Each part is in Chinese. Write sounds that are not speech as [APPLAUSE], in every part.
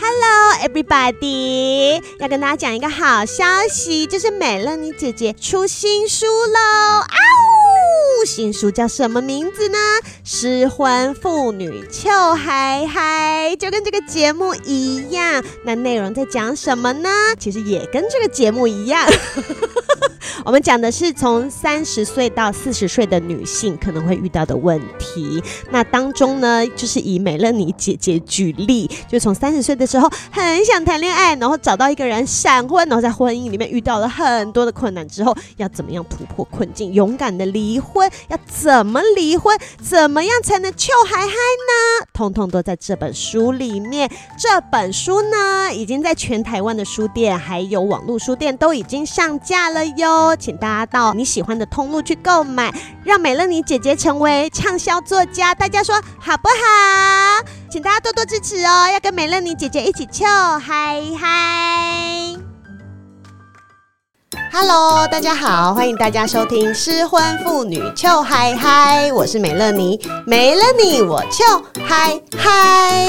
Hello, everybody！要跟大家讲一个好消息，就是美乐妮姐姐出新书喽！啊呜！新书叫什么名字呢？失婚妇女俏嗨嗨，就跟这个节目一样。那内容在讲什么呢？其实也跟这个节目一样。 [LAUGHS] 我们讲的是从三十岁到四十岁的女性可能会遇到的问题。那当中呢，就是以美乐妮姐姐举例，就从三十岁的时候很想谈恋爱，然后找到一个人闪婚，然后在婚姻里面遇到了很多的困难之后，要怎么样突破困境，勇敢的离婚，要怎么离婚，怎么样才能救海海呢？通通都在这本书里面。这本书呢，已经在全台湾的书店还有网络书店都已经上架了哟，请大家到你喜欢的通路去购买，让美乐妮姐姐成为畅销作家，大家说好不好？请大家多多支持哦，要跟美乐妮姐姐一起跳嗨嗨！Hello，大家好，欢迎大家收听《失婚妇女俏嗨嗨》，我是美乐妮，没了你我就嗨嗨。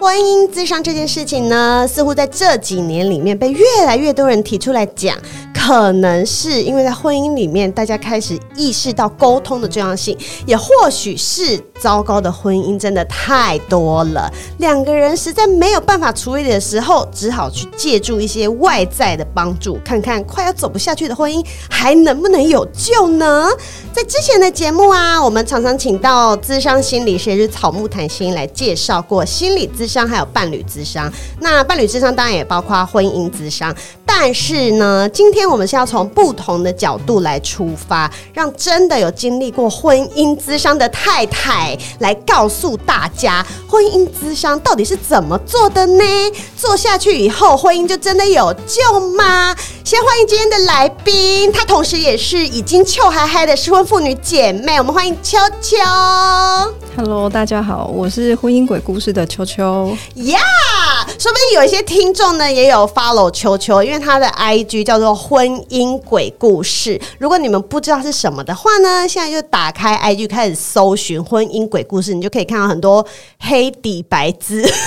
婚姻智商这件事情呢，似乎在这几年里面被越来越多人提出来讲，可能是因为在婚姻里面，大家开始意识到沟通的重要性，也或许是糟糕的婚姻真的太多了，两个人实在没有办法处理的时候，只好去借助一些外在的帮助，看看快要走不下去的婚姻还能不能有救呢？在之前的节目啊，我们常常请到资商心理师也就是草木谈心来介绍过心理咨商还有伴侣咨商。那伴侣咨商当然也包括婚姻咨商，但是呢，今天我们是要从不同的角度来出发，让真的有经历过婚姻咨商的太太来告诉大家，婚姻咨商到底是怎么做的呢？做下去以后，婚姻就真的有救吗？先欢迎今天的来宾，她同时也是已经臭嗨嗨的失婚妇女姐妹，我们欢迎秋秋。 Hello，大家好，我是婚姻鬼故事的秋秋。呀、说不定有一些听众呢也有 follow 球球，因为他的 IG 叫做“婚姻鬼故事”。如果你们不知道是什么的话呢，现在就打开 IG 开始搜寻“婚姻鬼故事”，你就可以看到很多黑底白字。 [LAUGHS]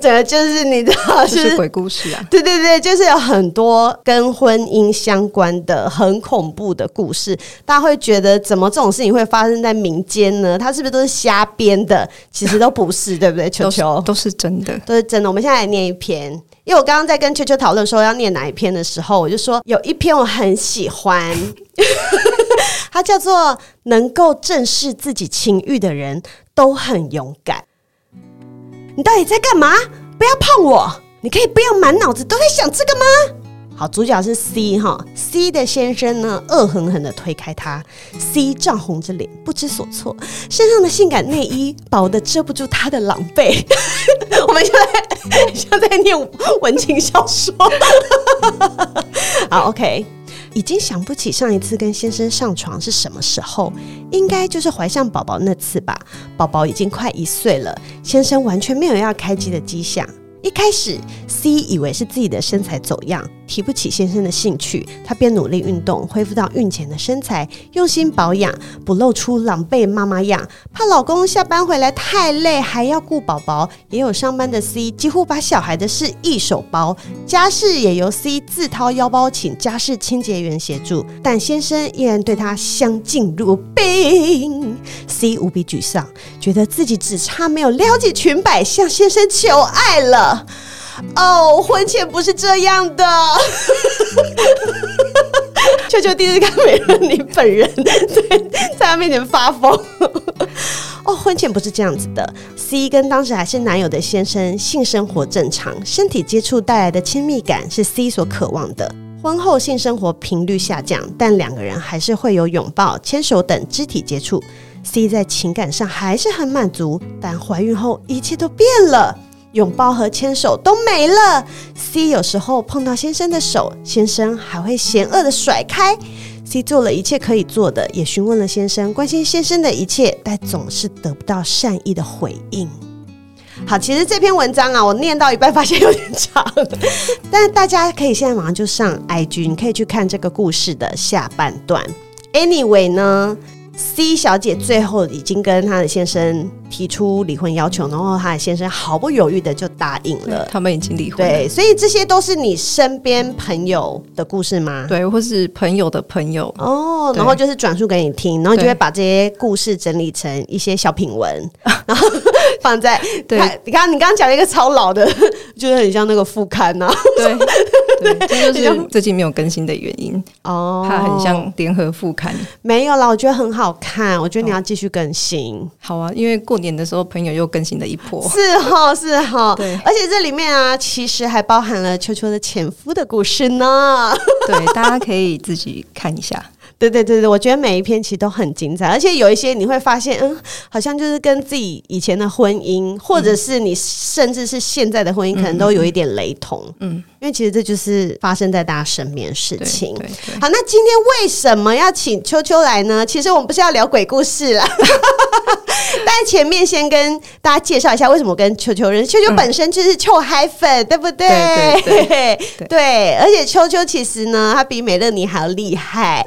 整个就是你知道，这是鬼故事啊！对对对，就是有很多跟婚姻相关的很恐怖的故事，大家会觉得怎么这种事情会发生在民间呢？它是不是都是瞎编的？其实都不是，对不对？球都是球都是真的。都是真的。我们现在来念一篇，因为我刚刚在跟秋秋讨论说要念哪一篇的时候，我就说有一篇我很喜欢， [LAUGHS] 它叫做《能够正视自己情欲的人都很勇敢》。你到底在干嘛？不要碰我！你可以不要满脑子都在想这个吗？好，主角是 C 哈，C 的先生呢，恶狠狠地推开他，C 涨红着脸，不知所措，身上的性感内衣薄的遮不住他的狼狈。 [LAUGHS] 我们现在现在念文情小说， [LAUGHS] 好，OK。已经想不起上一次跟先生上床是什么时候，应该就是怀上宝宝那次吧。宝宝已经快一岁了，先生完全没有要开机的迹象。一开始，C 以为是自己的身材走样，提不起先生的兴趣。他便努力运动，恢复到孕前的身材，用心保养，不露出狼狈妈妈样。怕老公下班回来太累，还要顾宝宝。也有上班的 C 几乎把小孩的事一手包，家事也由 C 自掏腰包请家事清洁员协助。但先生依然对他相敬如宾。C 无比沮丧，觉得自己只差没有撩起裙摆向先生求爱了。哦，婚前不是这样的。 [LAUGHS] 秋秋第一次看美人，你本人在在他面前发疯。哦，婚前不是这样子的。C 跟当时还是男友的先生性生活正常，身体接触带来的亲密感是 C 所渴望的。婚后性生活频率下降，但两个人还是会有拥抱、牵手等肢体接触。 C 在情感上还是很满足，但怀孕后一切都变了。拥抱和牵手都没了。C 有时候碰到先生的手，先生还会嫌恶的甩开。C 做了一切可以做的，也询问了先生，关心先生的一切，但总是得不到善意的回应。好，其实这篇文章啊，我念到一半发现有点长，但是大家可以现在马上就上 IG，你可以去看这个故事的下半段。Anyway 呢，C 小姐最后已经跟她的先生提出离婚要求，然后她的先生毫不犹豫的就答应了。他们已经离婚了。对，所以这些都是你身边朋友的故事吗？对，或是朋友的朋友，哦，对然后就是转述给你听，然后你就对会把这些故事整理成一些小品 [LAUGHS] 文，然后放在对看你刚你刚刚讲了一个超老的， [LAUGHS] 就是很像那个副刊啊 [LAUGHS] 呐、对，对，这就很是最近没有更新的原因，哦它很像联合副刊。没有啦，我觉得很好看，我觉得你要继续更新，好啊，因为过年的时候朋友又更新了一波， [LAUGHS] 是哈是哈，对而且这里面啊，其实还包含了秋秋的前夫的故事呢。对，大家可以自己看一下。对对对对，我觉得每一篇其实都很精彩，而且有一些你会发现，嗯，好像就是跟自己以前的婚姻，或者是你甚至是现在的婚姻，可能都有一点雷同，嗯，因为其实这就是发生在大家身边的事对情。对对，好，那今天为什么要请秋秋来呢？其实我们不是要聊鬼故事啦，但前面先跟大家介绍一下为什么我跟秋秋认识。秋秋本身就是臭嗨粉，对不对？对对对 [LAUGHS] 对而且秋秋其实呢，她比美乐妮还要厉 [LAUGHS] 害，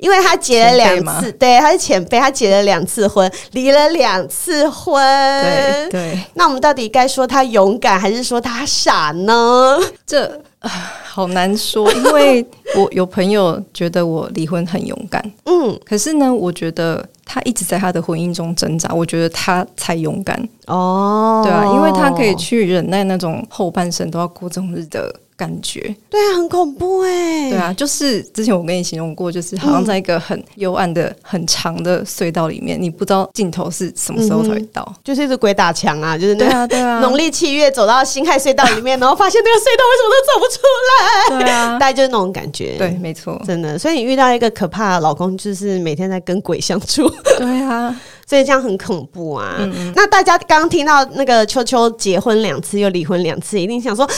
因为她结了前辈两吗次，对，她是前辈，她结了两次婚，离了两次婚。嗯对对，那我们到底该说她勇敢，还是说她傻呢？这 [SIGHS] 啊好难说，因为我有朋友觉得我离婚很勇敢，嗯，可是呢，我觉得他一直在他的婚姻中挣扎，我觉得他才勇敢，哦，对啊，因为他可以去忍耐那种后半生都要过这种日的感觉，对啊，很恐怖哎、对，啊，就是之前我跟你形容过，就是好像在一个很幽暗的、很长的隧道里面，你不知道尽头是什么时候才会到。就是一直鬼打墙啊，就是那对个啊，对啊，农历七月走到辛亥隧道里 [LAUGHS] 面，然后发现那个隧道为什么都走不出来，对啊大，概就是那种感觉。 [LAUGHS] 对，，没错，真的。所以你遇到一个可怕的老公，就是每天在跟鬼相处， [LAUGHS] 对啊，所以这样很恐怖啊。嗯那大家刚刚听到那个秋秋结婚两次又离婚两次，一定想说，哈，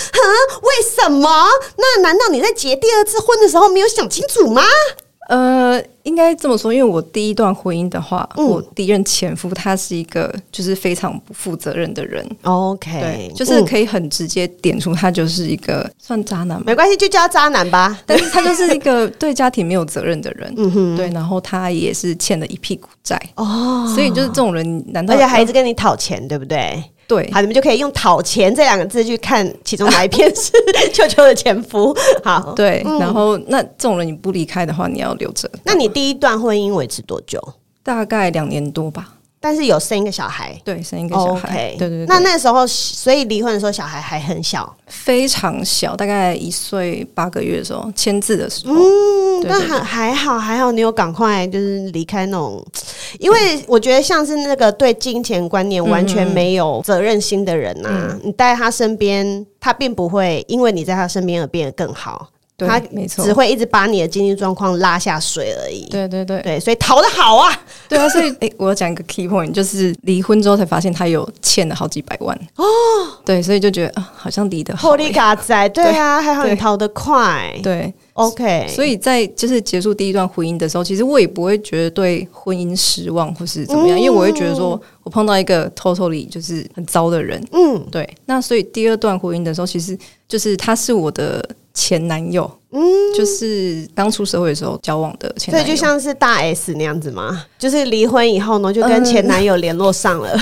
为什么？那难道你在结第二次婚的时候没有想清楚吗？呃，应该这么说，因为我第一段婚姻的话，嗯我第一任前夫他是一个就是非常不负责任的人。对 OK，，哦就是嗯可以很直接点出他就是一个算渣男嘛，没关系，就叫他渣男吧。但是他就是一个对家庭没有责任的人， [LAUGHS] 嗯对，然后他也是欠了一屁股债，哦，所以就是这种人，难道 [LAUGHS] 而且还一要直跟你讨钱，对不对？对好，你们就可以用“讨钱”这两个字去看其中哪一篇是 [LAUGHS] 秋秋的前夫。好，对，嗯然后那这种人你不离开的话，你要留着，那你第一段婚姻维持多久？大概两年多吧，但是有生一个小孩。对，生一个小 o 孩 k 对哦对对，那那时候，所以离婚的时候小孩还很小，非常小，大概一岁八个月的时候签字的时候，嗯，对那对还还好还好，你有赶快就是离开那种，因为我觉得像是那个对金钱观念完全没有责任心的人呐、啊你待在他身边，他并不会因为你在他身边而变得更好，对他，没错只，会一直把你的经济状况拉下水而已。对对对对，所以逃得好啊！对啊，所以诶、我要讲一个 key point，就是离婚之后才发现他有欠了好几百万哦，对，所以就觉得啊，好像离得好、破利欸，嘎仔，对啊，还好你对逃得快。对， OK，所以在就是结束第一段婚姻的时候，其实我也不会觉得对婚姻失望或是怎么嗯样，因为我会觉得说我碰到一个 totally 就是很糟的人。嗯对，那所以第二段婚姻的时候，其实就是他是我的前男友，嗯，就是刚出社会的时候交往的前所男以友。就像是大 S 那样子嘛，就是离婚以后呢，就跟前男友联络上 [LAUGHS] 了，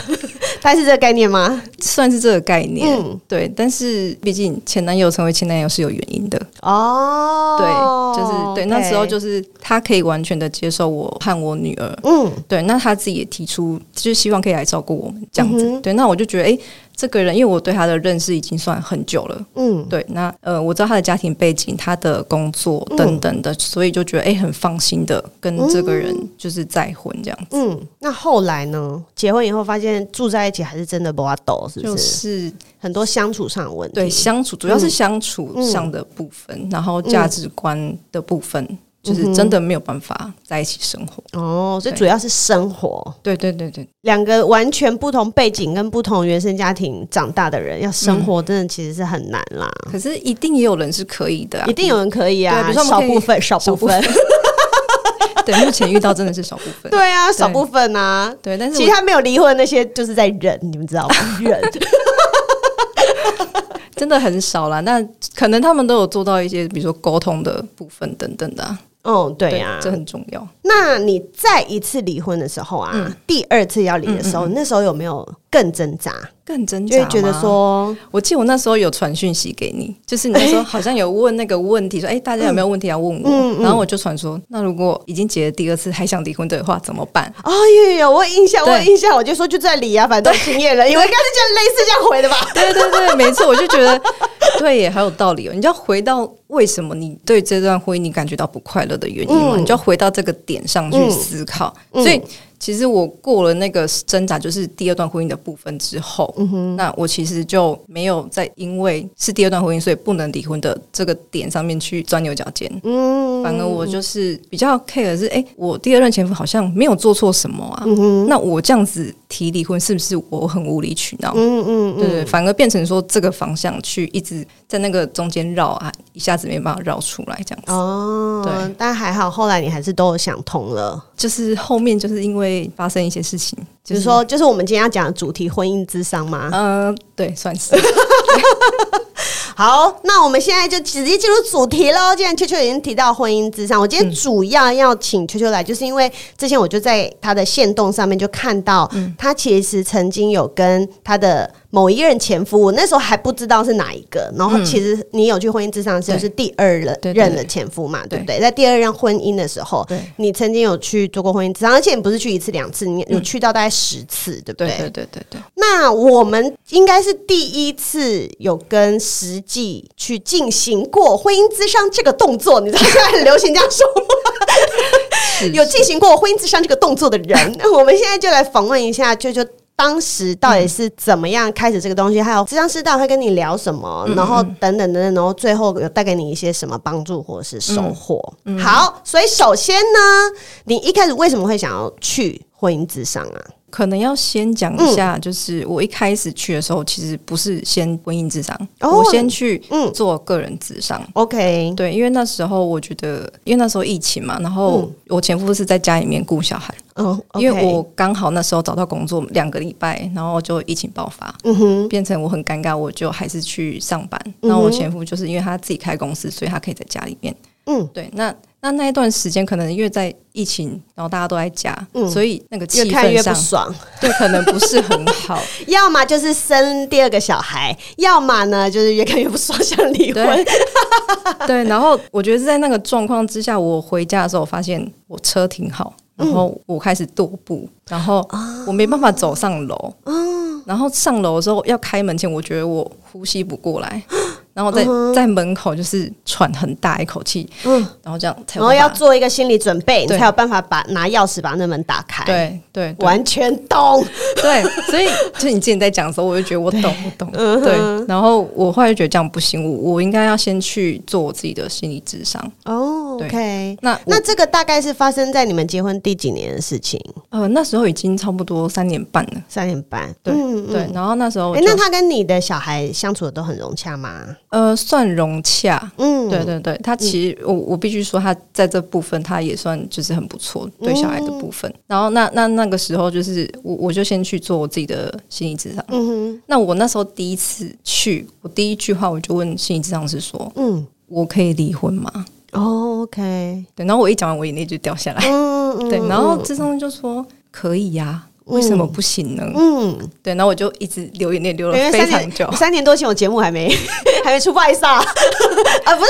大概是这个概念吗？算是这个概念，嗯对。但是毕竟前男友成为前男友是有原因的，哦，对，就是对。 OK 那时候就是他可以完全的接受我和我女儿，嗯，对，那他自己也提出，就是希望可以来照顾我们这样子。嗯哼对，那我就觉得，诶，这个人，因为我对他的认识已经算很久了，嗯对，那呃，我知道他的家庭背景、他的工作嗯等等的，所以就觉得，诶，很放心的跟这个人就是再婚这样子。嗯，那后来呢？结婚以后发现住在一起还是真的不阿斗，是就不是？是很多相处上的问题。对相处，主要是相处嗯上的部分，然后价值观的部分，就是真的没有办法在一起生活。哦，所以对主要是生活，对对对对，两个完全不同背景跟不同原生家庭长大的人，要生活真的其实是很难啦。可是一定也有人是可以的、啊，一定有人可以对啊，比如说我们少可以部分，少部分， [LAUGHS] 对，目前遇到真的是少部 [LAUGHS] 分。对啊，少部分啊。对，但是其我他没有离婚那些，就是在忍，你们知 [LAUGHS] 道吗？忍，真的很少啦。那可能他们都有做到一些，比如说沟通的部分等等的、啊。哦，对呀、这很重要。那你再一次离婚的时候啊，嗯第二次要离的时候，那时候有没有更挣扎？更嗯挣扎就吗会觉得，说，我记得我那时候有传讯息给你，就是你那时候好像有问那个问题，说：“哎、大家有没有问题要问我？”哎嗯嗯然后我就传说：“那如果已经结了第二次还想离婚的话怎么办哦，有有有，我有印象，我对？有印象，我就说就在离啊，反正都经验了，因为应该是这样类似这样回的吧？” [LAUGHS] 对对对，没错，我就觉得对耶，很有道理哦。你就要回到为什么你对这段婚姻你感觉到不快乐的原因嘛，嗯你就要回到这个点上去思考。所以其实我过了那个挣扎，就是第二段婚姻的部分之后，嗯那我其实就没有再因为是第二段婚姻，所以不能离婚的这个点上面去钻牛角尖。嗯，反而我就是比较 care 的是，哎、我第二任前夫好像没有做错什么嗯啊，那我这样子提离婚是不是我很无理取闹？嗯嗯对对，反而变成说这个方向去一直在那个中间绕啊，一下子没办法绕出来这样子。哦对，但还好，后来你还是都有想通了。就是后面就是因为发生一些事情，比就如是说，就是我们今天要讲的主题——婚姻智商吗？嗯、对，[LAUGHS] 算是好，那我们现在就直接进入主题喽。既然秋秋已经提到婚姻之上，我今天主要要请秋秋来，就是因为之前我就在他的线动上面就看到，他其实曾经有跟他的某一任前夫，我那时候还不知道是哪一个。然后其实你有去婚姻之上，就是第二任嗯对对对任的前夫嘛，对不对？在第二任婚姻的时候对，你曾经有去做过婚姻之上，而且你不是去一次两次，你有去到大概十次，对不嗯对对对对对。那我们应该是第一次有跟实际去进行过婚姻之商这个动作，你知道现在很流行这样说吗，是有进行过婚姻之商这个动作的人，那我们现在就来访问一下，就就。当时到底是怎么样开始这个东西？还有智商师到底会跟你聊什么？然后等等等等，然后最后有带给你一些什么帮助或者是收获？好，所以首先呢，你一开始为什么会想要去婚姻之商啊？可能要先讲一下，就是我一开始去的时候，其实不是先婚姻智商，哦我先去嗯做个人智商。 ，OK，对，因为那时候我觉得，因为那时候疫情嘛，然后我前夫是在家里面顾小孩，嗯，因为我刚好那时候找到工作两个礼拜，然后就疫情爆发，嗯哼，变成我很尴尬，我就还是去上班。嗯哼然后我前夫就是因为他自己开公司，所以他可以在家里面。嗯，对，那那那一段时间，可能因为在疫情，然后大家都在家，嗯所以那个越气看越氛不上，爽，对，可能不是很好。要么就是生第二个小孩，要么呢就是越看越不爽，想离婚。对 [LAUGHS] 对，然后我觉得是在那个状况之下，我回家的时候发现我车停好，嗯然后我开始踱步，然后啊我没办法走上楼。嗯然后上楼的时候要开门前，我觉得我呼吸不过 [GASPS] 来，然后嗯在、在门口就是喘很大一口气，然后这样才 [LAUGHS] 然有后要办法做一个心理准备，你对才有办法把拿钥匙把那门打开。，对对对完全懂。对，所以就你之前在讲的时候，我就觉得我懂，我懂。嗯对，然后我后来就觉得这样不行，我我应该要先去做我自己的心理智商。哦对，OK，那我那这个大概是发生在你们结婚第几年的事情？呃，那时候已经差不多三年半了。三年半。对、嗯对，。然后那时候我哎、就、那他跟你的小孩相处的都很融洽吗？呃算融洽。嗯，对对对，他其实我我必须说，他在这部分他也算就是很不错，对小孩的部嗯分。然后那那那个时候就是我我就先去做我自己的心理咨商。嗯哼，那我那时候第一次去，我第一句话我就问心理咨商师说嗯，：“我可以离婚吗哦，OK，？” 对，然后我一讲完，我眼泪就掉下来。嗯，嗯 [LAUGHS] 对，然后嗯智商师就说：“可以呀、为什么不行呢？”嗯，对，然后我就一直流眼泪，流 [LAUGHS] 了因为非三常年久。三年多前我节目还没 [LAUGHS] 还没出外 [LAUGHS] 撒，啊，不是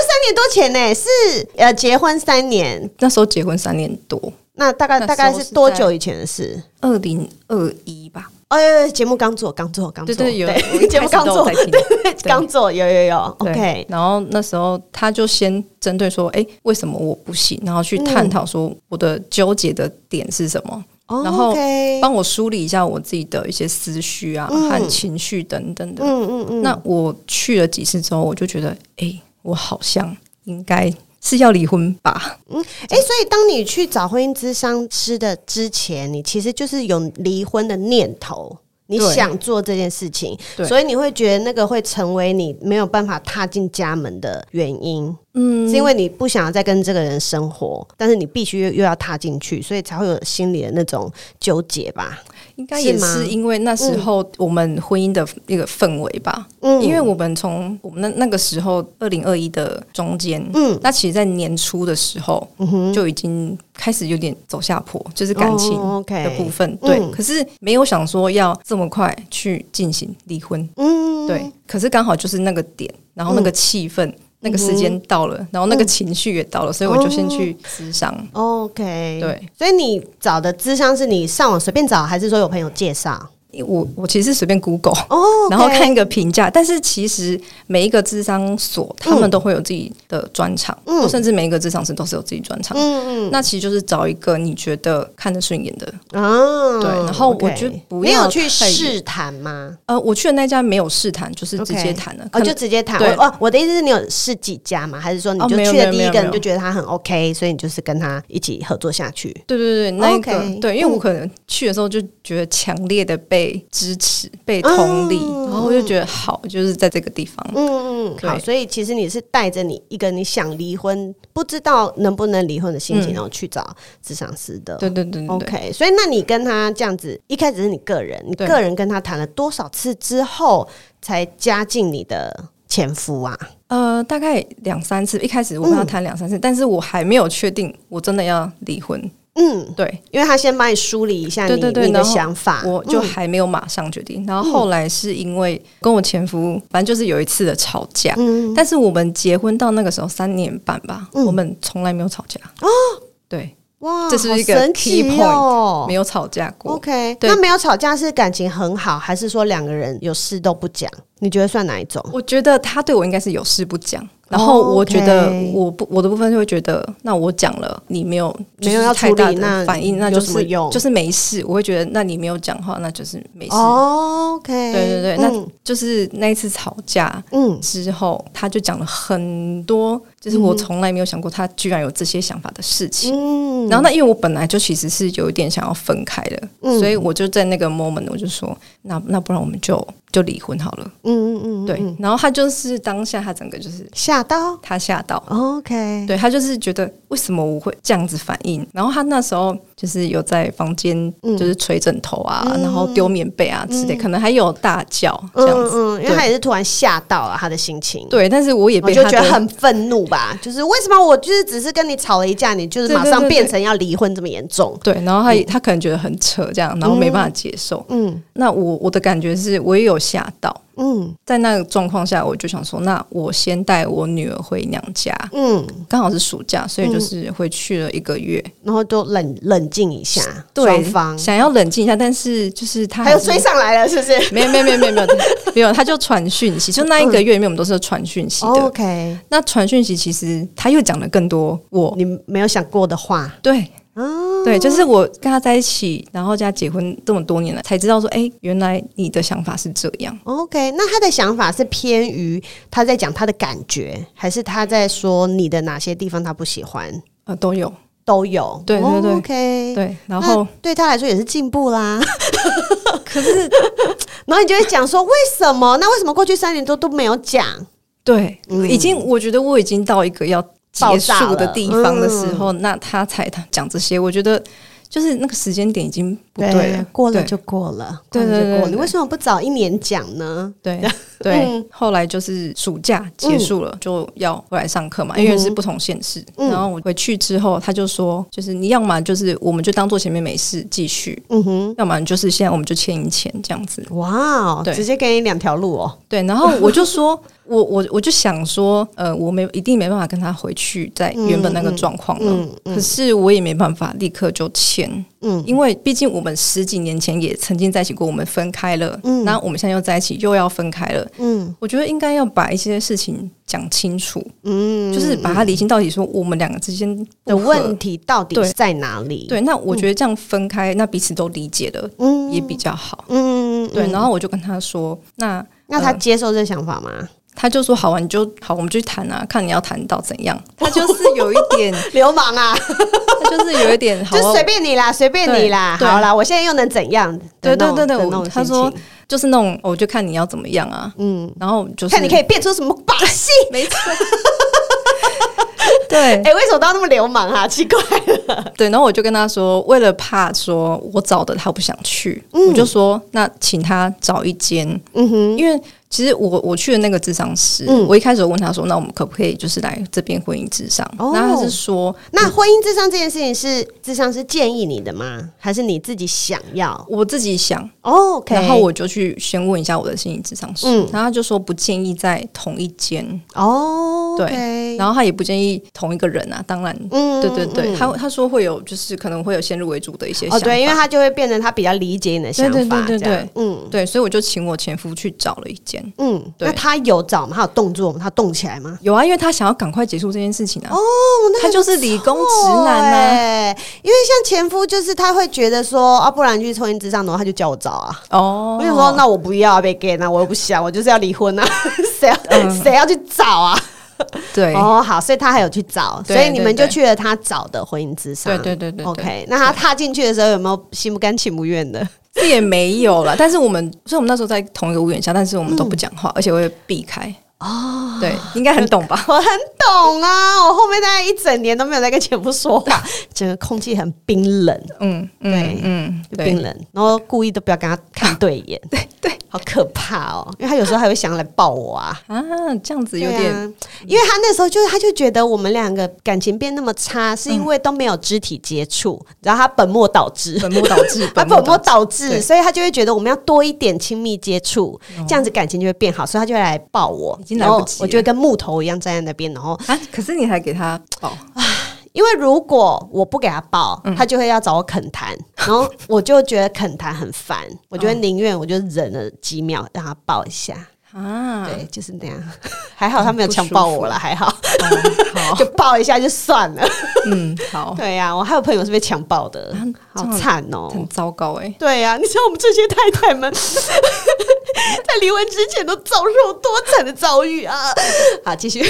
三年多前呢、是呃结婚三年，那时候结婚三年多，那大概那时大候概是多是在久以前的事？哦二零二一吧。呃，节目刚做，刚做，刚做，对对，有我对，[LAUGHS] 一节目开刚始都有做在，听。 [LAUGHS] 刚做，有有有对，OK，然后那时候他就先针对说，哎，为什么我不行？然后去探讨说我的纠结的点是什么，哦然后 OK 帮我梳理一下我自己的一些思绪啊、嗯和情绪等等的。嗯嗯嗯，那我去了几次之后，我就觉得，哎，我好像应该是要离婚吧？哎、所以当你去找婚姻咨商师的之前，你其实就是有离婚的念头，你对想做这件事情，对所以你会觉得那个会成为你没有办法踏进家门的原因，嗯是因为你不想要再跟这个人生活，但是你必须又又要踏进去，所以才会有心里的那种纠结吧。应该也是吗是因为那时候我们婚姻的一个氛围吧，嗯因为我们从我们那那个时候二零二一的中间，嗯那其实，在年初的时候、就已经开始有点走下坡，就是感情哦的，OK 部分，嗯对。可是没有想说要这么快去进行离婚，嗯，对。可是刚好就是那个点，然后那个气氛。那个时间到了，然后那个情绪也到了，所以我就先哦去咨商。 ，OK，。对所以你找的咨商是你上网随便找，还是说有朋友介绍？我，我其实是随便 Google，哦、然后看一个评价。但是其实每一个智商所，他嗯们都会有自己的专场，或甚至每一个智商师都是有自己专场。嗯那其实就是找一个你觉得看得顺眼的。嗯啊，对然后我 OK 就不你要有去太试探吗？呃，我去的那家没有试谈，就是直 OK 接谈了。哦，可能就直接谈。对我哦，我的意思是你有试几家吗？还是说你哦就没有去没了有第没一有个没你有就觉得他很 OK，所以你就是跟他一起合作下去？对对对，那一 OK 个嗯对，因为我可能去的时候就觉得强烈的被支持、被同理，嗯然后我就觉得好，就是在这个地方。嗯嗯，好。对所以其实你是带着你一个你想离婚，不知道能不能离婚的心情，嗯然后去找智商师的。对对对对对。 OK，所以那你跟他这样子，一开始是你个人，你对个人跟他谈了多少次之后，才加进你的前夫啊？呃，大概两三次，一开始我跟他嗯谈两三次，但是我还没有确定我真的要离婚。嗯，对，因为他先帮你梳理一下你对对对你的然后想法，我就嗯还没有马上决定。然后后来是因为跟我前夫，反正就是有一次的吵架，但是我们结婚到那个时候三年半吧，嗯哦我们从来没有吵架对，哇，这是好一个神奇 key point，哦没有吵架过。 OK，对那没有吵架是感情很好，还是说两个人有事都不讲？你觉得算哪一种？我觉得他对我应该是有事不讲，然后我觉得 OK 我不我的部分就会觉得，那我讲了你没有没有要就是太大处理那的反应，那有就什么是用就是没事。我会觉得，那你没有讲话，那就是没事。哦，OK，对对对，嗯那就是那一次吵架，嗯之后，他就讲了很多，就是我从来没有想过他居然有这些想法的事情。嗯，然后，那因为我本来就其实是有一点想要分开的，嗯所以我就在那个 moment 我就说，那那不然我们就就离婚好了。嗯嗯嗯，对，然后他就是当下他整个就是吓到哦他吓到， OK，对他就是觉得为什么我会这样子反应？然后他那时候就是有在房间嗯就是捶枕头啊，然后丢棉被啊之类，可能还有大叫这样子。嗯嗯，因为他对也是突然吓到了他的心情，，对，但是我也我被就他觉得的很愤怒 [LAUGHS] 吧，就是为什么我就是只是跟你吵了一架，你就是对马对上对变对成要离婚这么严重？对，然后他、他可能觉得很扯这样，然后没办法接受。嗯那我我的感觉是我也有吓到，嗯在那个状况下，我就想说，那我先带我女儿回娘家，嗯，刚好是暑假，所以就是回去了一个月。然后就冷冷静一下，嗯双对，方想要冷静一下，但是就是他还有是追上来了，是不是没有没有没有没有没有 [LAUGHS] 没有，他就传讯息，就那一个月里面我们都是传讯息的。哦？OK，那传讯息其实他又讲了更多我你没有想过的话，对，哦对，就是我跟他在一起，然后加结婚这么多年了，才知道说，哎、原来你的想法是这样。 OK，那他的想法是偏于他在讲他的感觉，还是他在说你的哪些地方他不喜欢？呃，都有都有，对对对 o k 对，然后对他来说也是进步 [LAUGHS] 啦。可是，然后你就会讲说，为什么？那为什么过去三年多都没有讲？对，嗯已经我觉得我已经到一个要结束的地方的嗯时候，那他才讲这些，我觉得就是那个时间点已经不对了，过了对就过了，对过了就对对过了。对你为什么不早一年讲呢？对 [LAUGHS] 对、嗯后来就是暑假结束了，就要回来上嗯课嘛，因为是不同县市。然后我回去之后，他就说，就是你要么就是我们就当做前面没事继续，嗯哼，要么就是现在我们就签一签这样子。哇哦，对直接给你两条路哦。对，然后我就说， [LAUGHS] 我我我就想说，呃，我没一定没办法跟他回去在原本那个状况了，可是我也没办法立刻就签，嗯嗯，因为毕竟我们十几年前也曾经在一起过，我们分开了，嗯，然后我们现在又在一起，又要分开了，嗯我觉得应该要把一些事情讲清楚，嗯，就是把它理清到底，说我们两个之间的不合问。题到底对在哪里？对，那我觉得这样分开，那彼此都理解了，嗯，也比较好。嗯，嗯，对，嗯然后我就跟他说，那那他呃接受这想法吗？他就说好啊，你就好，我们就去谈啊，看你要谈到怎 [LAUGHS] 样。他就是有一点， [LAUGHS] 流氓啊，他就是有一点好 [LAUGHS] 啊，就随便你啦，随便你啦，对对好啦，我现在又能怎样的那对对种？对对，的那我种他心说情就是那种，哦我就看你要怎么样啊，嗯，然后就是 [LAUGHS] 看你可以变出什么把 [LAUGHS] 戏。没错，对 [LAUGHS] 哎、为什么都要那么流氓啊？奇怪了，对，然后我就跟他说，为了怕说我找的他不想去，我就说那请他找一间，嗯哼，因为其实我我去的那个智商师，嗯我一开始有问他说，那我们可不可以就是来这边婚姻智商？哦然后他是说，那婚姻智商这件事情是智商是建议你的吗？还是你自己想要我自己想，哦？OK，然后我就去先问一下我的心理智商师，嗯然后他就说不建议在同一间，哦，对 OK 然后他也不建议同一个人啊，当然。嗯对对对，嗯他他说会有，就是可能会有先入为主的一些想哦法，对，因为他就会变成他比较理解你的想法，对对对对这样嗯对，所以我就请我前夫去找了一间。嗯，对那他有找吗？他有动作吗？他动起来吗？有啊，因为他想要赶快结束这件事情啊。哦，那他很欸就是理工直男啊呢、呐、因为像前夫，就是他会觉得说啊，不然你去抽烟智商，然后他就叫我找啊。哦，我就说，那我不要啊被 gay 啊，我又不想，我就是要离婚啊， [LAUGHS] 谁要 [LAUGHS] 谁、要去找啊？嗯对、哦，好，所以他还有去找，对所以你们就对对去了他找的婚姻智商。对对对对对 OK，那他踏进去的时候有没有心不甘情不愿的？ [LAUGHS] 这也没有啦。但是我们，所以我们那时候在同一个屋檐下，但是我们都嗯不讲话，而且我会避开。哦，对，应该很懂吧？我很懂啊，我后面大概一整年都没有在跟前夫说 [LAUGHS] 话，整个空气很冰冷，嗯嗯对嗯，冰 [LAUGHS] 对，冷，然后故意都不要跟他看对眼，对对，好可怕哦，因为他有时候还会想要来抱我啊。啊，这样子对有点啊，因为他那时候就是，他就觉得我们两个感情变那么嗯差，是因为都没有肢体接触，然后他本末倒置，本末倒 [LAUGHS]，置他啊本末倒置，对哦所以他就会觉得我们要多一点亲密接触，这样子感情就会变好，所以他就会来抱我，已经来然不及后了我就会跟木头一样站在那边，然后啊！可是你还给他哦 [LAUGHS] 抱，因为如果我不给他抱，他就会要找我恳 [LAUGHS] 谈，然后我就觉得恳谈很烦，我就会宁愿我就忍了几秒让他抱一下，啊，对，就是那样。还好他没有强暴我啦，还好哦好，就抱一下就算了。嗯， [LAUGHS] 好，对呀、我还有朋友是被强暴的，啊好惨哦、很糟糕哎、对呀、你知道我们这些太太们 [LAUGHS] 在离婚之前都遭受多惨的遭遇 [LAUGHS] 啊！好，继续欸，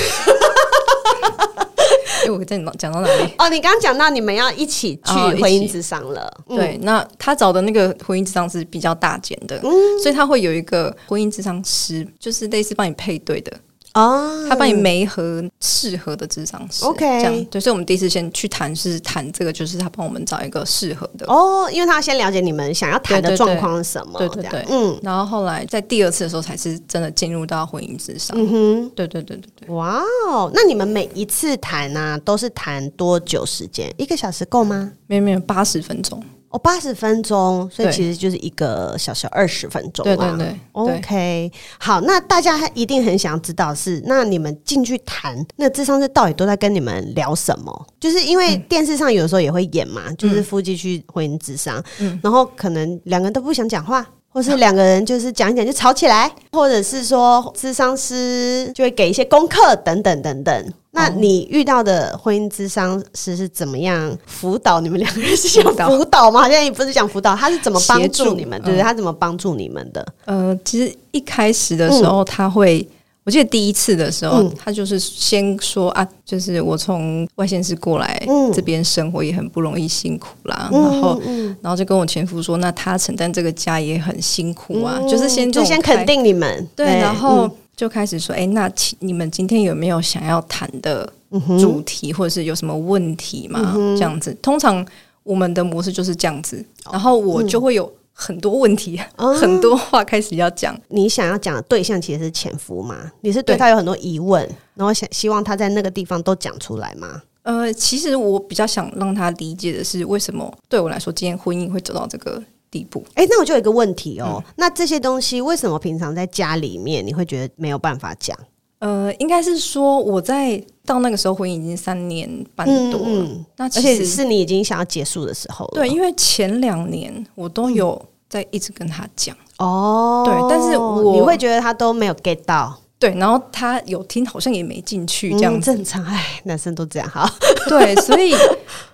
我跟你讲到哪里？哦。你刚刚讲到你们要一起去哦一起婚姻之商了，嗯对，那他找的那个婚姻智商是比较大间的，嗯所以他会有一个婚姻智商师，就是类似帮你配对的，哦，他帮你媒合适合的智商师。 OK 这样对，所以我们第一次先去谈是谈这个，就是他帮我们找一个适合的。哦，因为他要先了解你们想要谈的对对对状况是什么，对对这对样，嗯然后后来在第二次的时候才是真的进入到婚姻智商。嗯哼。对对对对对，哇哦！那你们每一次谈啊，都是谈多久时间？一个小时够吗？没有没有八十分钟，哦，八十分钟，所以对其实就是一个小时二十分钟啊哦对啦对对 OK，好，那大家一定很想知道是，那你们进去谈，那智商是到底都在跟你们聊什么？就是因为电视上有时候也会演嘛，嗯就是夫妻去婚姻智商，然后可能两个人都不想讲话。或 [LAUGHS] 是两个人就是讲一讲就吵起来，或者是说智商师就会给一些功课等等等等。那你遇到的婚姻智商师是怎么样辅导你们两个人？是想辅导辅导吗？现在也不是讲辅导，他是怎么帮协助助你们？嗯对不对？他怎么帮助你们的？呃，其实一开始的时候，他会，我记得第一次的时候，嗯他就是先说啊，就是我从外县市过来、嗯这边生活也很不容易，辛苦啦。然后，然后就跟我前夫说，那他承担这个家也很辛苦啊，就是先嗯这就种先开肯定你们，对，然后嗯就开始说，哎、那请你们今天有没有想要谈的嗯主题，或者是有什么问题吗？这样子，通常我们的模式就是这样子，哦然后我就会有很多问题，嗯 [LAUGHS] 很多话开始要讲。你想要讲的对象其实是前夫嘛，你是对对他有很多疑问，然后想希望他在那个地方都讲出来吗？呃，其实我比较想让他理解的是，为什么对我来说，今天婚姻会走到这个地步。哎、那我就有一个问题哦，嗯那这些东西为什么平常在家里面你会觉得没有办法讲？呃，应该是说我在到那个时候，婚姻已经三年半多了。嗯嗯那而其且实是你已经想要结束的时候了，对，因为前两年我都嗯有在一直跟他讲，哦，对但是我你会觉得他都没有 get 到，对，然后他有听，好像也没进去这样嗯子。正常，哎，男生都这样哈。对，所以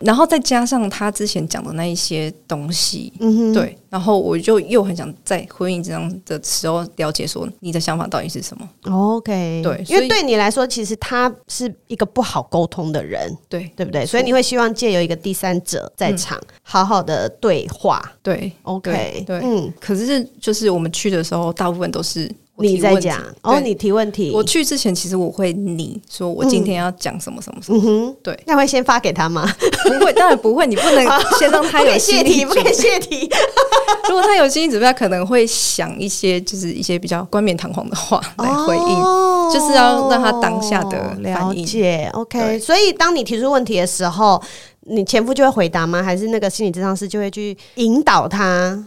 然后再加上他之前讲的那一些东西，嗯哼，对，然后我就又很想在婚姻这样的时候了解说你的想法到底是什么。 ，OK，对因所为以对你来说，其实他是一个不好沟通的人，对对不对？所以你会希望借由一个第三者在场，好好的对话。对 OK，嗯对对嗯，可是就是我们去的时候，大部分都是我提你在问题讲，哦，对你提问题，我去之前，其实我会你说我今天要讲什么什么什么，嗯哼，对那会先发给他吗？不会，当然不会，你不 [LAUGHS] 能先让他不可有以泄心理题，不准可以备。泄题。如果他有心理准备，他可能会想一些就是一些比较冠冕堂皇的话 [LAUGHS] 来回应。哦就是要让他当下的了反应解。OK，对所以当你提出问题的时候，你前夫就会回答吗？还是那个心理咨商师就会去引导他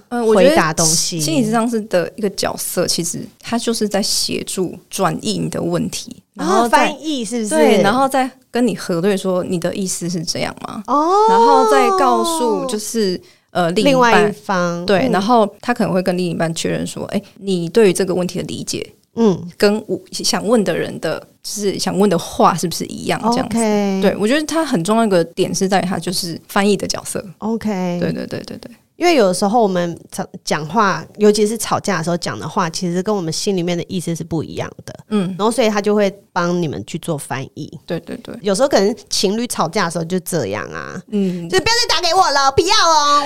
嗯，我觉回答得东西？心理智商是的一个角色，其实他就是在协助转译你的问题，然哦后再、翻译是不是？对，然后再跟你核对说你的意思是这样吗？哦，然后再告诉就是呃另一嗯另外一半，方对，然后他可能会跟另一半确认说，哎、你对于这个问题的理解嗯跟我想问的人的，就是想问的话是不是一样这样子？ ，OK，对，我觉得他很重要一个点是在于他就是翻译的角色， ，OK，对对对对对，因为有的时候我们吵讲话，尤其是吵架的时候讲的话，其实跟我们心里面的意思是不一样的。嗯，然后，所以他就会帮你们去做翻译。对对对，有时候可能情侣吵架的时候就这样啊，嗯，就不要再打给我了，不要[LAUGHS]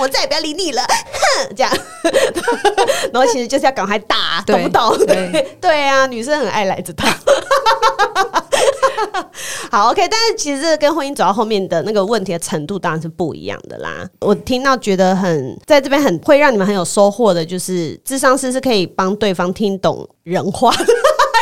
哦，我再也不要理你了，哼，这样。 [LAUGHS] 然后其实就是要赶快打，对懂不懂？对对 [LAUGHS] 对啊，女生很爱来这套。 [LAUGHS] 好，OK，但是其实这个跟婚姻走到后面的那个问题的程度当然是不一样的啦。我听到觉得很在这边很会让你们很有收获的，就是智商师是可以帮对方听懂人话， [LAUGHS] 人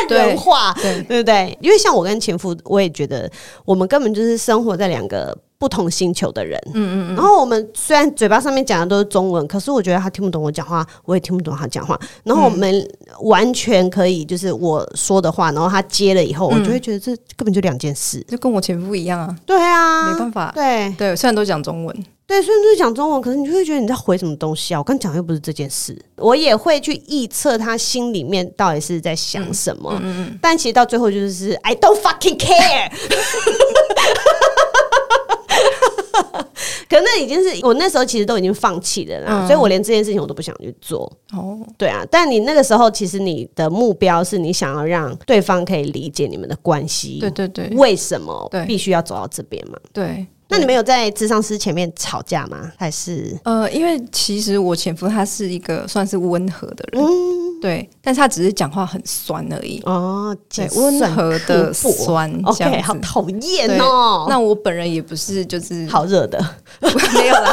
对话，对对不对？因为像我跟前夫，我也觉得我们根本就是生活在两个不同星球的人。嗯嗯然后我们虽然嘴巴上面讲的都是中文，可是我觉得他听不懂我讲话，我也听不懂他讲话。然后我们完全可以就是我说的话，然后他接了以后，我就会觉得这根本就两件事。就跟我前夫一样啊，对啊，没办法对对，虽然都讲中文，对，虽然就是讲中文，可是你就会觉得你在回什么东西啊？我刚讲又不是这件事，我也会去臆测他心里面到底是在想什嗯么，但其实到最后就是 I don't fucking care。可那已经是我那时候其实都已经放弃了啦，嗯所以我连这件事情我都不想去做。哦，对啊，但你那个时候其实你的目标是你想要让对方可以理解你们的关系，对对对为什么对必须要走到这边嘛？对。那你们有在智商师前面吵架吗？还是呃，因为其实我前夫他是一个算是温和的人，嗯对，但是他只是讲话很酸而已，哦，对姐，温和算刻的薄酸这，OK，样好子。讨厌对哦。那我本人也不是就是好热的， [LAUGHS] 没有啦。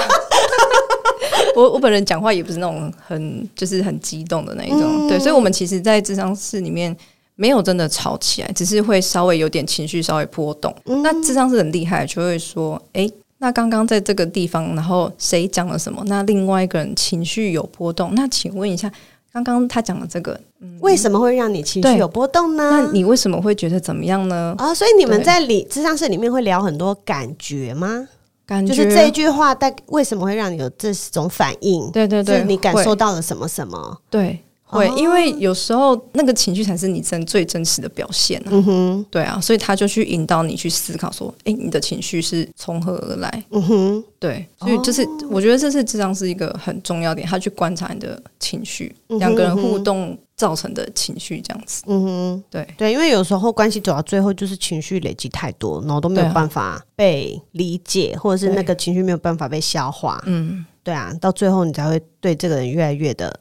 [LAUGHS] 我我本人讲话也不是那种很就是很激动的那一嗯种，对，所以我们其实，在智商室里面没有真的吵起来，只是会稍微有点情绪稍微波动。嗯那智商是很厉害，就会说，诶，那刚刚在这个地方，然后谁讲了什么？那另外一个人情绪有波动，那请问一下，刚刚他讲的这个，为什么会让你情绪嗯对有波动那呢？你为什么会觉得怎么样呢？啊、所以你们对在理智商室里面会聊很多感觉吗？感就觉是这一句话，带为什么会让你有这种反应？对对对是你感会受到了什么什么？对，会，哦因为有时候那个情绪才是你真最真实的表现、啊。嗯哼，对啊，所以他就去引导你去思考说，诶，你的情绪是从何而来？嗯哼，对，所哦以就是、我觉得这是智商是一个很重要点，他去观察你的情绪，嗯哼两个人互动造成的情绪这样子。嗯哼，对对，因为有时候关系走到最后，就是情绪累积太多，然后都没对有啊办法被理解，或者是那对个情绪没有办法被消化。嗯，对啊，到最后你才会对这个人越来越的，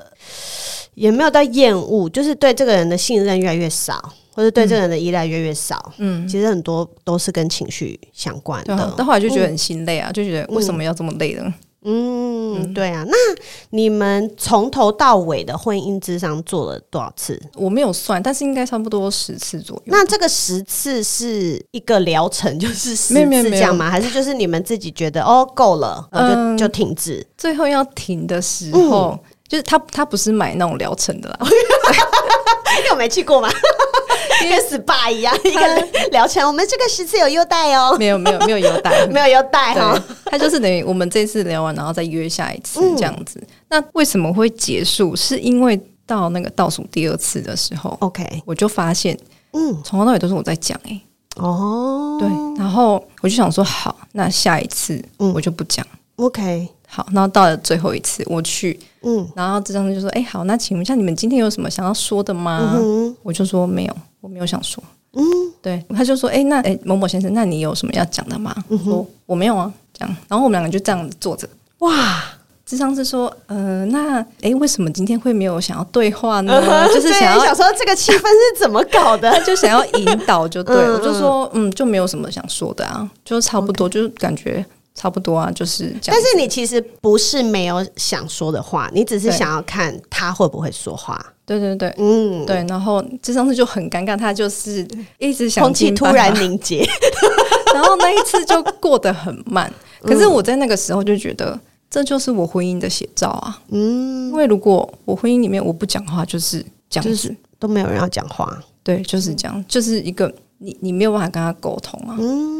也没有到厌恶，就是对这个人的信任越来越少，或者对这个人的依赖越来越少。嗯，其实很多都是跟情绪相关对啊的。，到后来就觉得很心累啊，就觉得为什么要这么累呢？嗯，对啊。那你们从头到尾的婚姻之商做了多少次？我没有算，但是应该差不多十次左右。那这个十次是一个疗程，就是十没有没有次这样吗？还是就是你们自己觉得哦够了，我就、嗯就停止？最后要停的时嗯候，就是他他不是买那种疗程的啦，因为我没去 [LAUGHS] 过嘛，跟 SPA 一样一个疗程。我们这个十次有优待哦，没有没有没有优待，没有优待哈。对，他就是等于我们这次聊完，然后再约下一次嗯这样子。那为什哦么会结束？是因为到那个倒数第二次的时候， OK，我就发现嗯，从头到尾都是我在讲哎、哦，对，然后我就想说好，那下一次嗯我就不讲。 ，OK，好，然后到了最后一次我去，嗯，然后智障就说：“哎、好，那请问一下，你们今天有什么想要说的吗？”嗯我就说：“没有，我没有想说。”嗯，对，他就说：“哎、那哎、某某先生，那你有什么要讲的吗？”嗯我说：“我没有啊。”这样，然后我们两个就这样坐着。哇，智商是说：“呃，那哎、为什么今天会没有想要对话呢？就是 [LAUGHS] 对想要嗯想，说这个气氛是怎么搞的？就想要引导，就对、嗯我就说，嗯，就没有什么想说的啊，就差不多就是感觉差不多啊，就是 [LAUGHS] 这样。但是你其实不是没有想说的话，你只是对想要看他会不会说话。对对对。”嗯，对，然后智商是就很尴尬，他就是一直想空气尽突办然法凝结。 [LAUGHS] 然后那一次就过得很慢。嗯可是我在那个时候就觉得，这就是我婚姻的写照啊。嗯，因为如果我婚姻里面我不讲话，就是这样子，就是都没有人要讲话。对，嗯就是这样，就是一个你你没有办法跟他沟通啊，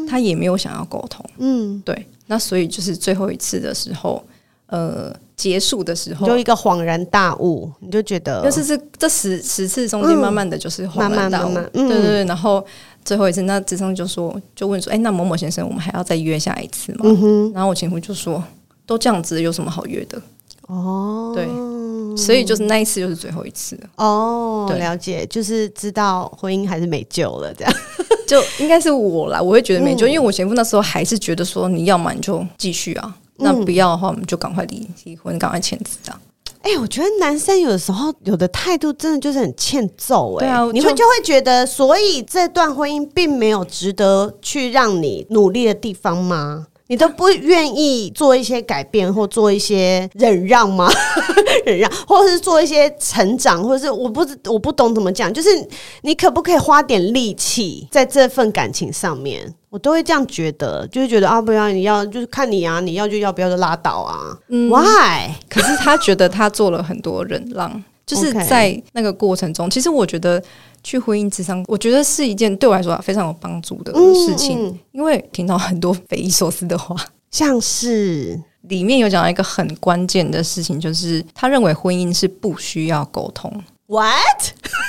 他也没有想要沟通，嗯，对，那所以就是最后一次的时候，呃，结束的时你候，就一个恍然大悟，你就觉得就是这这十十次中间，嗯慢慢的就是恍慢慢然大悟，慢慢对嗯对对。然后最后一次，那智商就说，就问说，哎、那某某先生，我们还要再约下一次吗？嗯然后我前夫就说，都这样子，有什么好约的？哦，对所以就是那一次就是最后一次了，哦，对了解，就是知道婚姻还是没救了，这样。就应该是我啦，我会觉得嗯没救，因为我前夫那时候还是觉得说，你要嘛你就继续啊，嗯那不要的话，我们就赶快离离婚，赶快签字啊。哎、我觉得男生有时候有的态度真的就是很欠揍、哎，对啊你就会就会觉得，所以这段婚姻并没有值得去让你努力的地方吗？你都不愿意做一些改变，或做一些忍让吗？ [LAUGHS] 忍让，或者是做一些成长，或者是我不知我不懂怎么讲，就是你可不可以花点力气在这份感情上面？我都会这样觉得，就是觉得啊，不要你要就是看你啊，你要就要，不要就拉倒啊。Why？嗯可是他觉得他做了很多忍 [LAUGHS] 让，就是在那个过程中，其实我觉得去婚姻之上，我觉得是一件对我来说啊非常有帮助的事情，嗯嗯因为听到很多匪夷所思的话。像是里面有讲到一个很关键的事情，就是他认为婚姻是不需要沟通， What？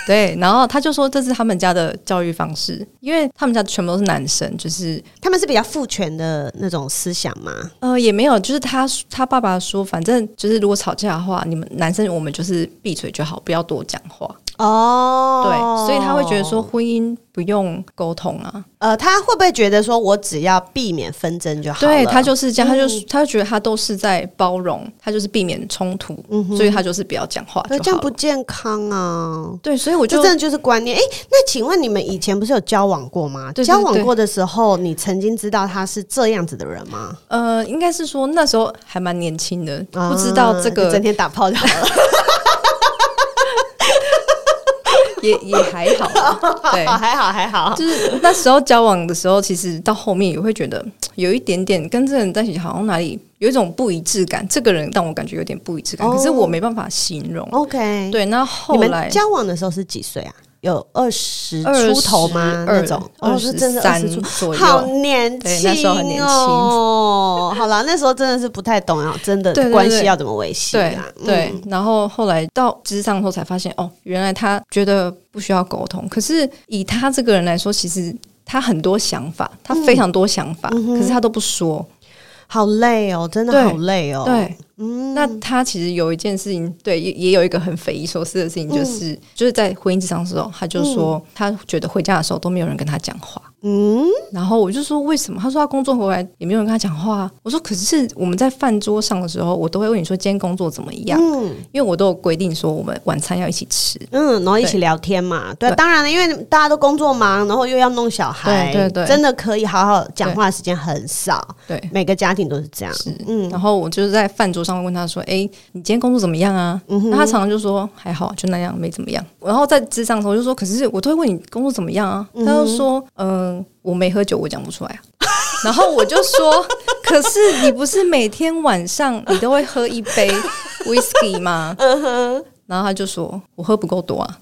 对，然后他就说这是他们家的教育方式，因为他们家全部都是男生，就是他们是比较父权的那种思想吗？呃也没有，就是他他爸爸说，反正就是如果吵架的话，你们男生我们就是闭嘴就好，不要多讲话。哦对，所以他会觉得说，婚姻不用沟通啊，呃，他会不会觉得说我只要避免纷争就好了？对他就是这样，他就嗯他就觉得他都是在包容，他就是避免冲突，所以他就是不要讲话对嗯就这样好不了。健康啊。对，所以我这就真的就是观念。哎、那请问你们以前不是有交往过吗？对对交往过的时候，你曾经知道他是这样子的人吗？呃，应该是说那时候还蛮年轻的，啊不知道这就整个天打炮就好了，也也还好啊， [LAUGHS] [LAUGHS] 对。还好还好。就是那时候交往的时候，其实到后面也会觉得有一点点跟这个人在一起，好像哪里有一种不一致感。这个人让我感觉有点不一致感，可是哦我没办法形容。 OK，，对，那你后来们交往的时候是几岁啊？有二十20出头吗？那种二哦，十是真的二三十出左右。好年轻、哦，对那时候很年轻哦。 [LAUGHS] 好啦，那时候真的是不太懂啊，真的对对对关系要怎么维系对啊？对嗯，然后后来到职场后才发现，哦，原来他觉得不需要沟通。可是以他这个人来说，其实他很多想法，他嗯非常多想法，可是他都不说。好累哦，真的对好累哦。对，嗯，那他其实有一件事情，对，也也有一个很匪夷所思的事嗯情，就是、就是在婚姻职场的时候，他就说、他觉得回家的时候都没有人跟他讲话。嗯，然后我就说为什么？他说他工作回来也没有人跟他讲话啊。我说可是我们在饭桌上的时候，我都会问你说今天工作怎么样，因为我都有规定说我们晚餐要一起吃。嗯，然后一起聊天嘛，对，对当然了，因为大家都工作忙，然后又要弄小孩，对对对真的可以好好讲话的时间很少，对，每个家庭都是这样，嗯，然后我就是在饭桌上问他说：“哎、你今天工作怎么样啊？”嗯那他常常就说：“还好，就那样，没怎么样。”然后在职场的时候我就说：“可是我都会问你工作怎么样啊？”他就说：“嗯、我没喝酒，我讲不出来啊。” [LAUGHS] 然后我就说：“可是你不是每天晚上你都会喝一杯 [LAUGHS] whisky 吗？”嗯然后他就说：“我喝不够多啊。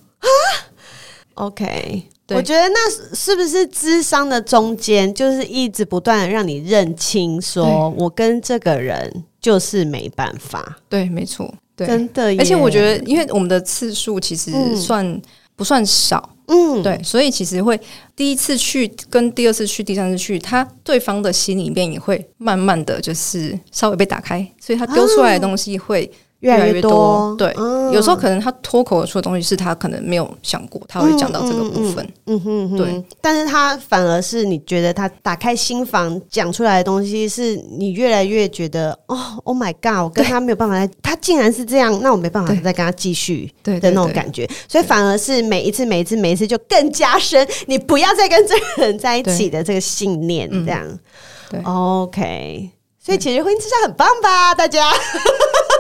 OK，对我觉得那是是不是智商的中间，就是一直不断的让你认清，说我跟这个人就是没办法，”对，没错，对。真的耶。而且我觉得，因为我们的次数其实嗯算、不算少，嗯，对，所以其实会第一次去跟第二次去、第三次去，他对方的心里面也会慢慢的就是稍微被打开，所以他丢出来的东西会啊越来来越越多，对，嗯有时候可能他脱口而出的东西是他可能没有想过，他会讲到这个部分。嗯哼嗯哼，对。但是他反而是你觉得他打开心房讲出来的东西，是你越来越觉得哦，Oh my God，我跟他没有办法再，他竟然是这样，那我没办法对再跟他继续。对的对那种对感觉，所以反而是每一次、每一次、每一次就更加深，你不要再跟这个人在一起的这个信念，这样。对 OK，所以解决婚姻之上很棒吧，大家。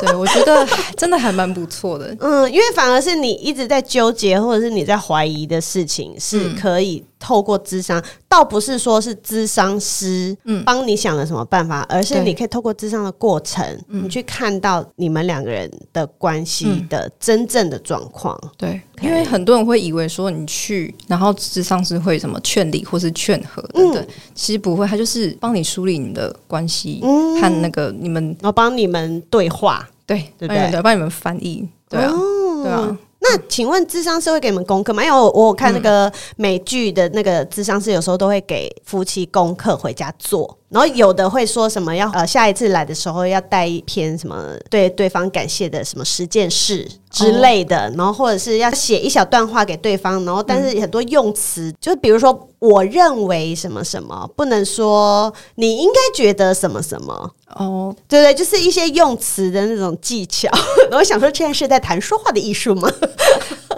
对，我觉得唉真的还蛮不错的。嗯，因为反而是你一直在纠结，或者是你在怀疑的事情，是可以透过智商，倒不是说是智商师帮你想了什么办法，而是对你可以透过智商的过程，你去看到你们两个人的关系的真正的状况。对，因为很多人会以为说你去，然后智商是会什么劝离或是劝和等嗯等，其实不会，他就是帮你梳理你的关系、嗯和那个你们然后帮你们对话，对对不对哦帮你们帮你们翻译，对啊，对啊，那请问智商是会给你们功课吗？因为我我有看那个美剧的那个智商是有时候都会给夫妻功课回家做，然后有的会说什么要呃下一次来的时候要带一篇什么对对方感谢的什么十件事之类的，然后或者是要写一小段话给对方，然后但是很多用词、就比如说我认为什么什么，不能说你应该觉得什么什么。哦，对对，就是一些用词的那种技巧。 [LAUGHS] 然后我想说，这样是在谈说话的艺术吗？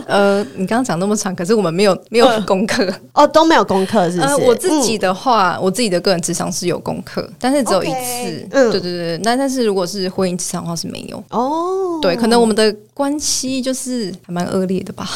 呃，你刚刚讲那么长，可是我们没有没有功课。哦，都没有功课， [LAUGHS] 是不是？嗯呃，我自己的话，我自己的个人智商是有功课，但是只有一 OK，次。嗯对对对，那但是如果是婚姻智商的话是没有。嗯哦，对，可能我们的关系就是还蛮恶劣的吧。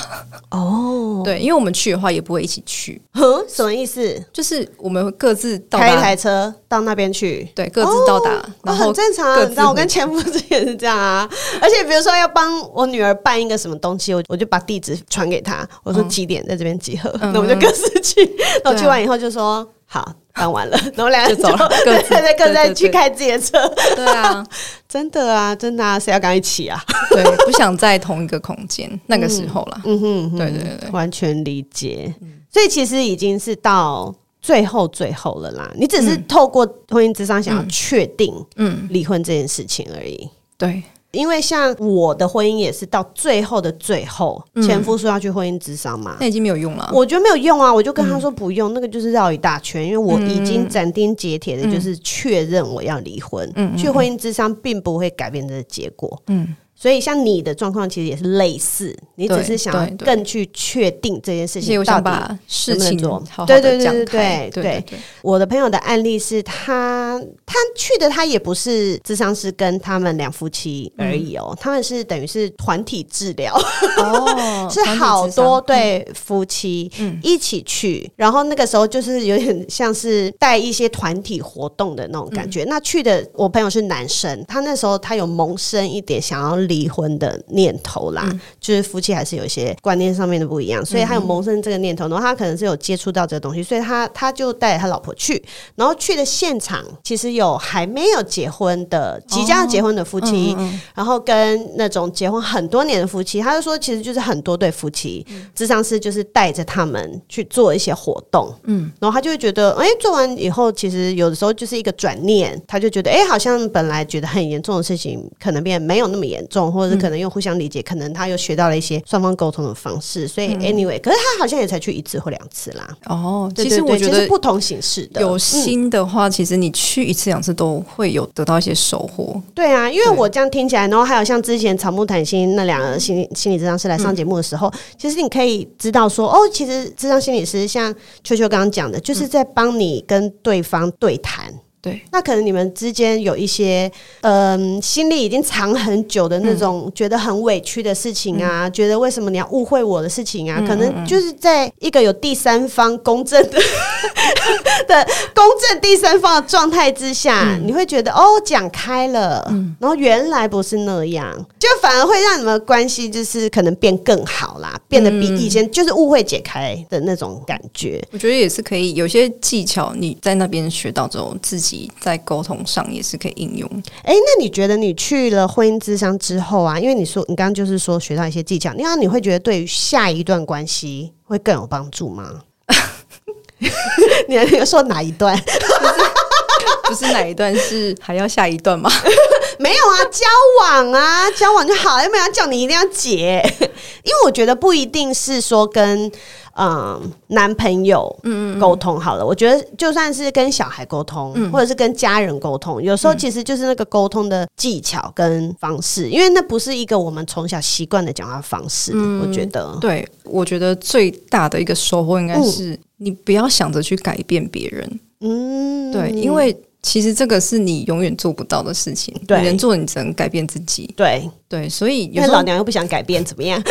哦，对，因为我们去的话也不会一起去，哼，什么意思？就是我们各自到开一达，台车到那边去。对，各自到达，哦，然后很正常啊，各你知自道我回跟前夫之前是这样 [LAUGHS] 啊，而且比如说要帮我女儿办一个什么东西，我我就把地址传给她，我嗯说几点在这边集合，那、我们就各自去，然后去完以后就说好办完 [LAUGHS] 了，然后两个人啊就走 [LAUGHS] 了各对自对对，各自对再对去对开自己的车，对啊，真的啊，真的啊，谁要跟他一起啊？对，不想在同一个空间，那个时候啦，嗯哼嗯哼对对对嗯对完全理解。所以其实已经是到最后最后了啦，你只是透过婚姻之商想要确定嗯，离婚这件事情而已。对，因为像我的婚姻也是到最后的最后，嗯啊前夫说要去婚姻之商嘛。那已经没有用了，我觉得没有用啊，我就跟嗯他说不用，那个就是绕一大圈，因为我已经斩钉截铁嗯的，就是确认我要离婚，去婚姻之商并不会改变这个结果。嗯，所以像你的状况其实也是类似，你只对是想要对对更去确定这件事而且情我到想底。把事能不能情做好好对对的对讲对开，对对对我的朋友的案例是他，他去的他也不是智商师跟他们两夫妻而已哦，嗯他们是等于是团体治疗，对， [LAUGHS] 哦 [LAUGHS] 是好多，对夫妻一起去，然后那个时候就是有点像是带一些团体活动的那种感觉。那去的我朋友是男生，他那时候他有萌生一点想要离婚的念头啦，就是夫妻还是有一些观念上面的不一样，所以他有萌生这个念头，然后他可能是有接触到这个东西，所以他他就带着他老婆去，然后去的现场其实有还没有结婚的、即将要结婚的夫哦妻，嗯然后跟那种结婚很多年的夫妻，他就说其实就是很多对夫妻，嗯智商师就是带着他们去做一些活动，嗯，然后他就会觉得，哎、做完以后，其实有的时候就是一个转念，他就觉得，哎、好像本来觉得很严重的事情，可能变得没有那么严重，或者嗯是可能又互相理解，可能他又学到了一些双方沟通的方式，所以嗯 anyway，、可是他好像也才去一次或两次啦，哦，其对实对对我觉就得是不同形式的有嗯心的话，其实你去一次两次都会有得到一些收获，对啊，因为我这样听起来，然后还有像之前草木谈心那两个心理心理咨商师来上节目的时候，其实你可以知道说，哦，其实智商心理师像秋秋刚刚讲的，就是在帮你跟对方对谈。对，那可能你们之间有一些，嗯，心里已经藏很久的那种，觉得很委屈的事情啊，觉得为什么你要误会我的事情啊，可能就是在一个有第三方公正的 [LAUGHS] 的公正第三方的状态之下，你会觉得哦，讲开了，然后原来不是那样，就反而会让你们的关系就是可能变更好啦，变得比以前就是误会解开的那种感觉。我觉得也是可以，有些技巧你在那边学到之后，自己在沟通上也是可以应用。 [LAUGHS] 哎、那你觉得你去了婚姻智商之后啊，因为你说你刚刚就是说学到一些技巧，那你会觉得对于下一段关系会更有帮助吗？ [LAUGHS] 你你说哪一段？不是哪一段是还要下一段吗？没有啊，交往啊，交往就好，又没有要叫你一定要结， [LAUGHS] 因为我觉得不一定是说跟嗯男朋友沟通好了，我觉得就算是跟小孩沟通，或者是跟家人沟通，有时候其实就是那个沟通的技巧跟方式，因为那不是一个我们从小习惯的讲话方式，我觉得。对，我觉得最大的一个收获应该是、你不要想着去改变别人，嗯，对，因为其实这个是你永远做不到的事情，对你能做，你只能改变自己，对，对，所以因有为时老候娘又不想改变，怎么样？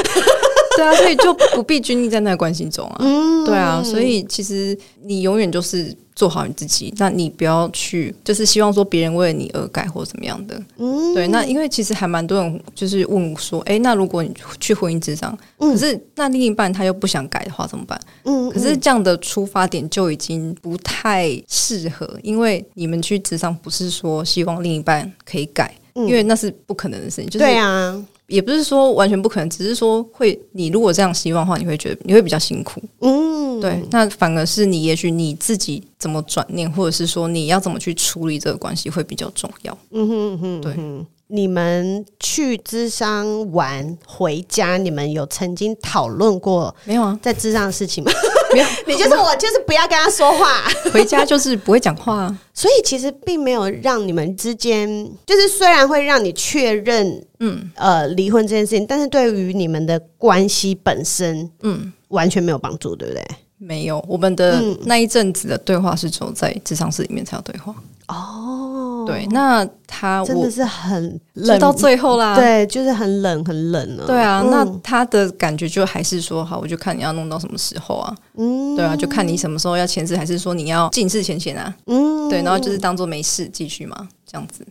对啊，所以就不必拘泥在那个关系中啊，嗯对啊，所以其实你永远就是做好你自己，那你不要去就是希望说别人为了你而改或怎么样的，嗯对，那因为其实还蛮多人就是问我说，哎、那如果你去婚姻之上，可是那另一半他又不想改的话怎么办？嗯，可是这样的出发点就已经不太适合，因为你们去职场不是说希望另一半可以改，因为那是不可能的事情。就嗯是对啊，也不是说完全不可能，只是说会你如果这样希望的话，你会觉得你会比较辛苦。嗯，对，那反而是你也许你自己怎么转念，或者是说你要怎么去处理这个关系会比较重要。嗯哼嗯哼，对嗯你们去智商完回家，你们有曾经讨论过没有啊，在智商的事情吗？没有， [LAUGHS] 你就是我，就是不要跟他说话。回家就是不会讲话、啊。 [LAUGHS] 所以其实并没有让你们之间，就是虽然会让你确认，嗯，呃，离婚这件事情，但是对于你们的关系本身，嗯，完全没有帮助，对不对？没有，我们的嗯那一阵子的对话是只有在职场室里面才有对话。哦，对，那他真我的是很就冷，到最后啦，对，就是很冷，很冷了。对啊，嗯那他的感觉就还是说，好，我就看你要弄到什么时候啊，嗯对啊，就看你什么时候要签字，还是说你要尽释前嫌啊，嗯对，然后就是当做没事继续嘛，这样子。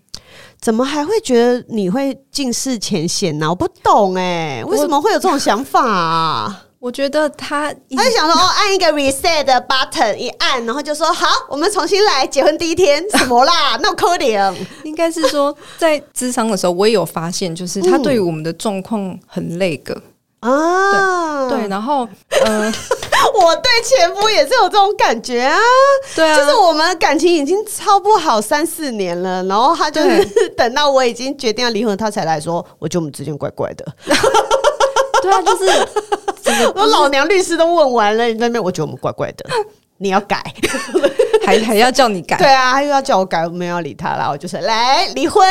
怎么还会觉得你会尽释前嫌呢、我不懂哎、为什么会有这种想法啊？我觉得他哦一他就想说，哦，按一个 reset 的 button 一按，然后就说好，我们重新来。结婚第一天什么啦？那可怜。应该是 [LAUGHS] 说在智商的时候，我也有发现，就是他对于我们的状况很那个，啊，对，，然后 [LAUGHS] 呃，我对前夫也是有这种感觉啊，对啊，就是我们感情已经超不好三四年了，然后他就是 [LAUGHS] 等到我已经决定要离婚，他才来说，我觉得我们之间怪怪的。对啊，就是真的我老娘律师都问完了，你在那边，我觉得我们怪怪的，你要改。 [LAUGHS] 还还要叫你改，对啊，他又要叫我改，我没有要理他啦，我就是来离婚。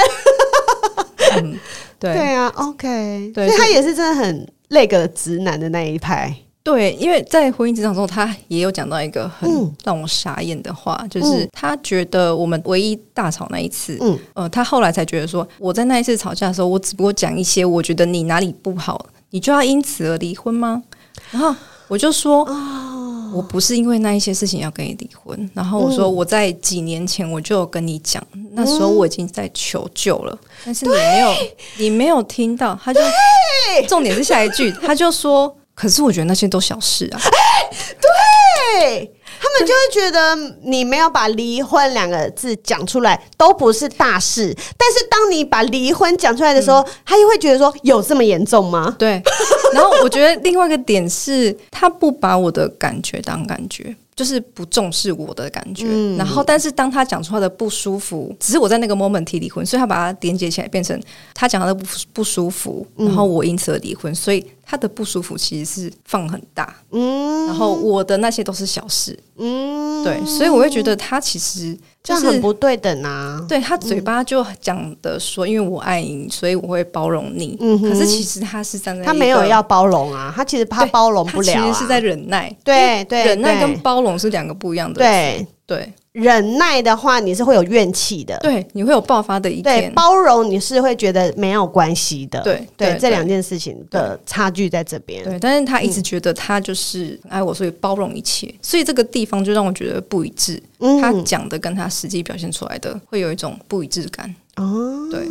对对啊，OK，对所以所他以也是真的很那个直男的那一派。对，因为在婚姻职场中，他也有讲到一个嗯很让我傻眼的话，就是他觉得我们唯一大吵那一次，嗯呃，他后来才觉得说，我在那一次吵架的时候，我只不过讲一些我觉得你哪里不好，你就要因此而离婚吗？然后我就说。哦我不是因为那一些事情要跟你离婚，然后我说嗯我在几年前我就有跟你讲，那时候我已经在求救了，但是你没有，你没有听到，他就 [LAUGHS] 重点是下一句，他就说：“可是我觉得那些都小事啊。 [LAUGHS] 对他们就会觉得你没有把离婚两个字讲出来都不是大事，但是当你把离婚讲出来的时候，他又会觉得说有这么严重吗”？对，然后我觉得另外一个点是，他不把我的感觉当感觉，就是不重视我的感觉。嗯然后，但是当他讲出他的不舒服，只是我在那个 moment 提离婚，所以他把它连接起来，变成他讲他的不不舒服，嗯然后我因此而离婚，所以他的不舒服其实是放很大。嗯然后我的那些都是小事，嗯，对，所以我会觉得他其实这就样是很不对等啊。对他嘴巴就讲的说，因为我爱你，所以我会包容你。可是其实他是站在一嗯个他没有要包容啊，他其实他对包容不了、他啊，其实是在忍耐。对对忍耐对跟包容是两个不一样的。对对忍耐的话，你是会有怨气的。对，你会有爆发的一对，天。包容你是会觉得没有关系的。对对，对这两件事情的差距在这边。对，但是他一直觉得他就是很爱我，所以包容一切。所以这个地方就让我觉得不一致。嗯他讲的跟他实际表现出来的会有一种不一致感。哦，对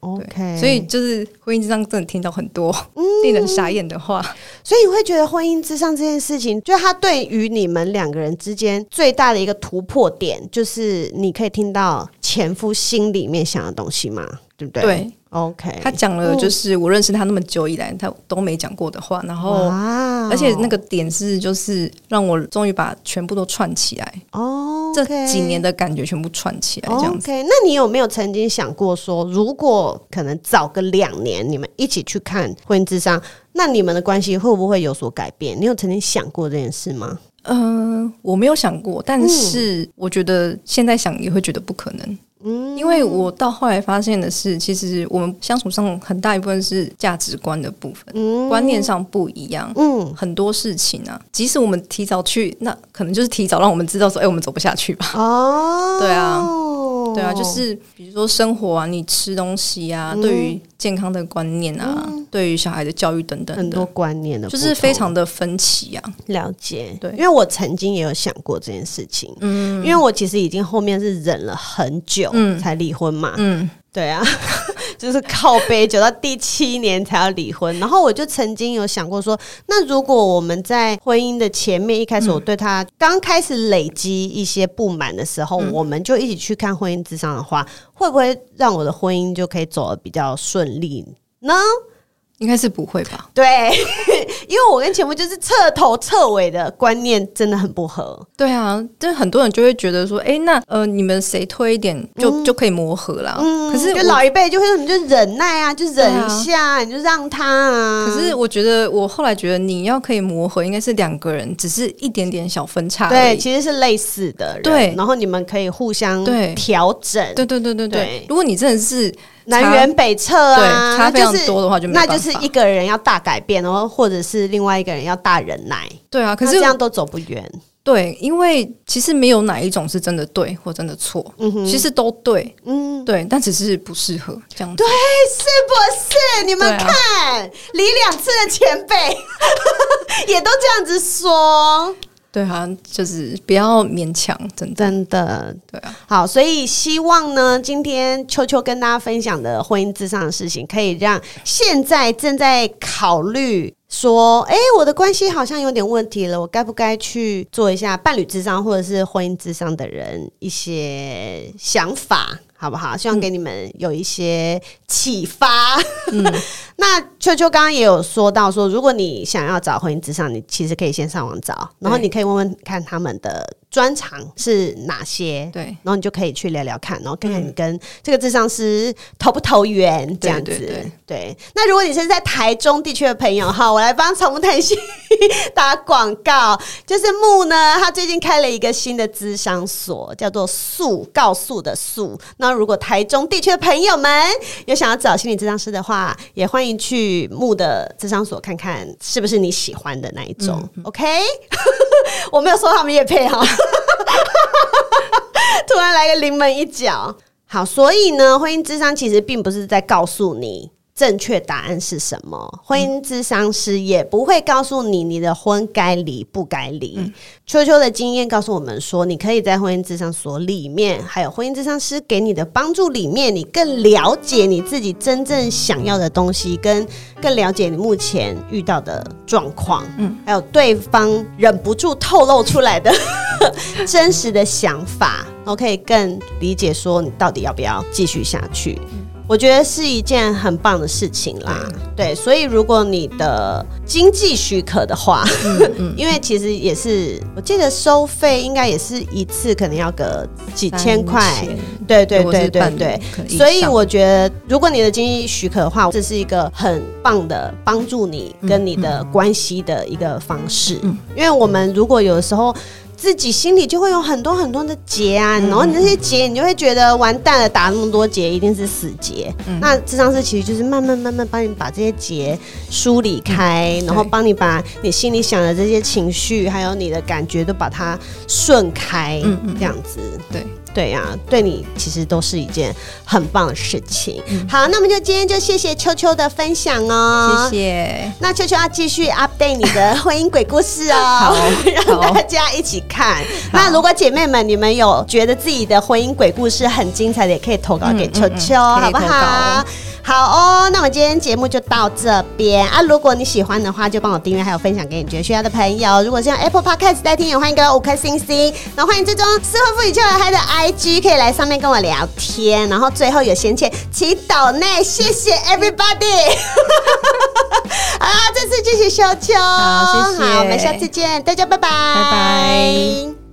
o 对 k 所以就是婚姻之上真的听到很多嗯令人傻眼的话。所以你会觉得婚姻之上这件事情，就它对于你们两个人之间最大的一个突破点，就是你可以听到前夫心里面想的东西嘛，对不对？对 OK，他讲了就是我认识他那么久以来，他都没讲过的话，然后哇而且那个点是就是让我终于把全部都串起来，哦，这几年的感觉全部串起来这样子。 OK，那你有没有曾经想过说，如果可能早个两年，你们一起去看婚姻智商，那你们的关系会不会有所改变？你有曾经想过这件事吗？嗯、我没有想过，但嗯是我觉得现在想也会觉得不可能。嗯，因为我到后来发现的是，其实我们相处上很大一部分是价值观的部分，嗯观念上不一样。嗯，很多事情啊，即使我们提早去，那可能就是提早让我们知道说，哎、我们走不下去吧。哦，对啊，对啊，就是比如说生活啊，你吃东西啊，嗯对于健康的观念啊，对于小孩的教育等等哦的，很多观念的不就同，是非常的分歧啊。了解，对因为我曾经也有想过这件事情，嗯，因为我其实已经后面是忍了很久，嗯才离婚嘛，嗯，对啊， [LAUGHS] 就是靠杯酒到第七年才要离婚。然后我就曾经有想过说，那如果我们在婚姻的前面一开始，我嗯对他刚开始累积一些不满的时候，嗯我们就一起去看婚姻之商的话，会不会让我的婚姻就可以走得比较顺利呢？ [LAUGHS] 应该是不会吧？对， [LAUGHS] 因为我跟前夫就是彻头彻尾的观念真的很不合。对啊，但很多人就会觉得说，哎、那呃，你们谁推一点就、就可以磨合啦。可是嗯就我。老一辈就会说，你就忍耐啊，就忍一下，你就让他啊。可是我觉得，我后来觉得你要可以磨合，应该是两个人只是一点点小分岔而对，已。其实是类似的人，对然后你们可以互相对调整，对对对对对对。如果你真的是南差辕北辙啊，对差非常就是多的话就没那办法就是一个人要大改变，然后或者是另外一个人要大忍耐，对啊，可那是这样都走不远。对，因为其实没有哪一种是真的对或真的错，其实都对，嗯，啊对，但只是不适合这样子。是不是？你们对啊看，离两次的前辈 [LAUGHS] 也都这样子说，对啊，就是不要勉强，真的，真的对啊，好，所以希望呢，今天秋秋跟大家分享的婚姻至上的事情，可以让现在正在考虑说，哎、我的关系好像有点问题了，我该不该去做一下伴侣智商或者是婚姻智商的人一些想法，好不好？希望给你们有一些启发。 [LAUGHS] 那秋秋刚刚也有说到说，如果你想要找婚姻之上，你其实可以先上网找，然后你可以问问看他们的专长是哪些，对嗯然后你就可以去聊聊看，然后看看你跟这个智商师投不投缘这样子。对对对对那如果你是在台中地区的朋友哈，我来帮宠物探险打广告，就是木呢，他最近开了一个新的智商所，叫做素告诉的素。那如果台中地区的朋友们有想要找心理智商师的话，也欢迎去木的智商所看看是不是你喜欢的那一种。OK，我没有说他们也配哈， [LAUGHS] 突然来个临门一脚。好，所以呢，婚姻智商其实并不是在告诉你正确答案是什么，婚姻智商师也不会告诉你你的婚该离不该离。秋秋的经验告诉我们说，你可以在婚姻智商所里面，还有婚姻智商师给你的帮助里面，你更了解你自己真正想要的东西，跟更了解你目前遇到的状况，嗯，还有对方忍不住透露出来的真实的想法，然后可以更理解说你到底要不要继续下去。我觉得是一件很棒的事情啦，对，所以如果你的经济许可的话， [LAUGHS] 因为其实也是，我记得收费应该也是一次可能要个几千块，对对如果对是对伴侣对，可能以所以上我觉得，如果你的经济许可的话，这是一个很棒的帮助你跟你嗯的关系的一个方式。因为我们如果有的时候自己心里就会有很多很多的结啊，嗯然后你这些结，你就会觉得完蛋了，打那么多结一定是死结。嗯那智商师其实就是慢慢慢慢帮你把这些结梳理开，然后嗯对帮你把你心里想的这些情绪，还有你的感觉都把它顺开，嗯嗯嗯这样子。对，对呀、对你其实都是一件很棒的事情。好，那我们就今天就谢谢秋秋的分享哦，嗯谢。谢。那秋秋要继续 update 你的婚姻鬼故事哦 [LAUGHS] 好，让好大家一起看。那如果姐妹们你们有觉得自己的婚姻鬼故事很精彩的，也可以投稿给秋秋，嗯嗯嗯好不可以投稿好哦？好哦，那我们今天节目就到这边啊。如果你喜欢的话，就帮我订阅，还有分享给你觉得需要的朋友。如果是用 Apple Podcast 在听，也欢迎给我五颗星星。然后欢迎追踪私会妇女圈嗨的 IG，可以来上面跟我聊天。然后最后有闲钱，请抖内，谢谢 everybody。好啦，这次谢谢小秋，好谢谢好我们下次见，大家拜拜，拜拜。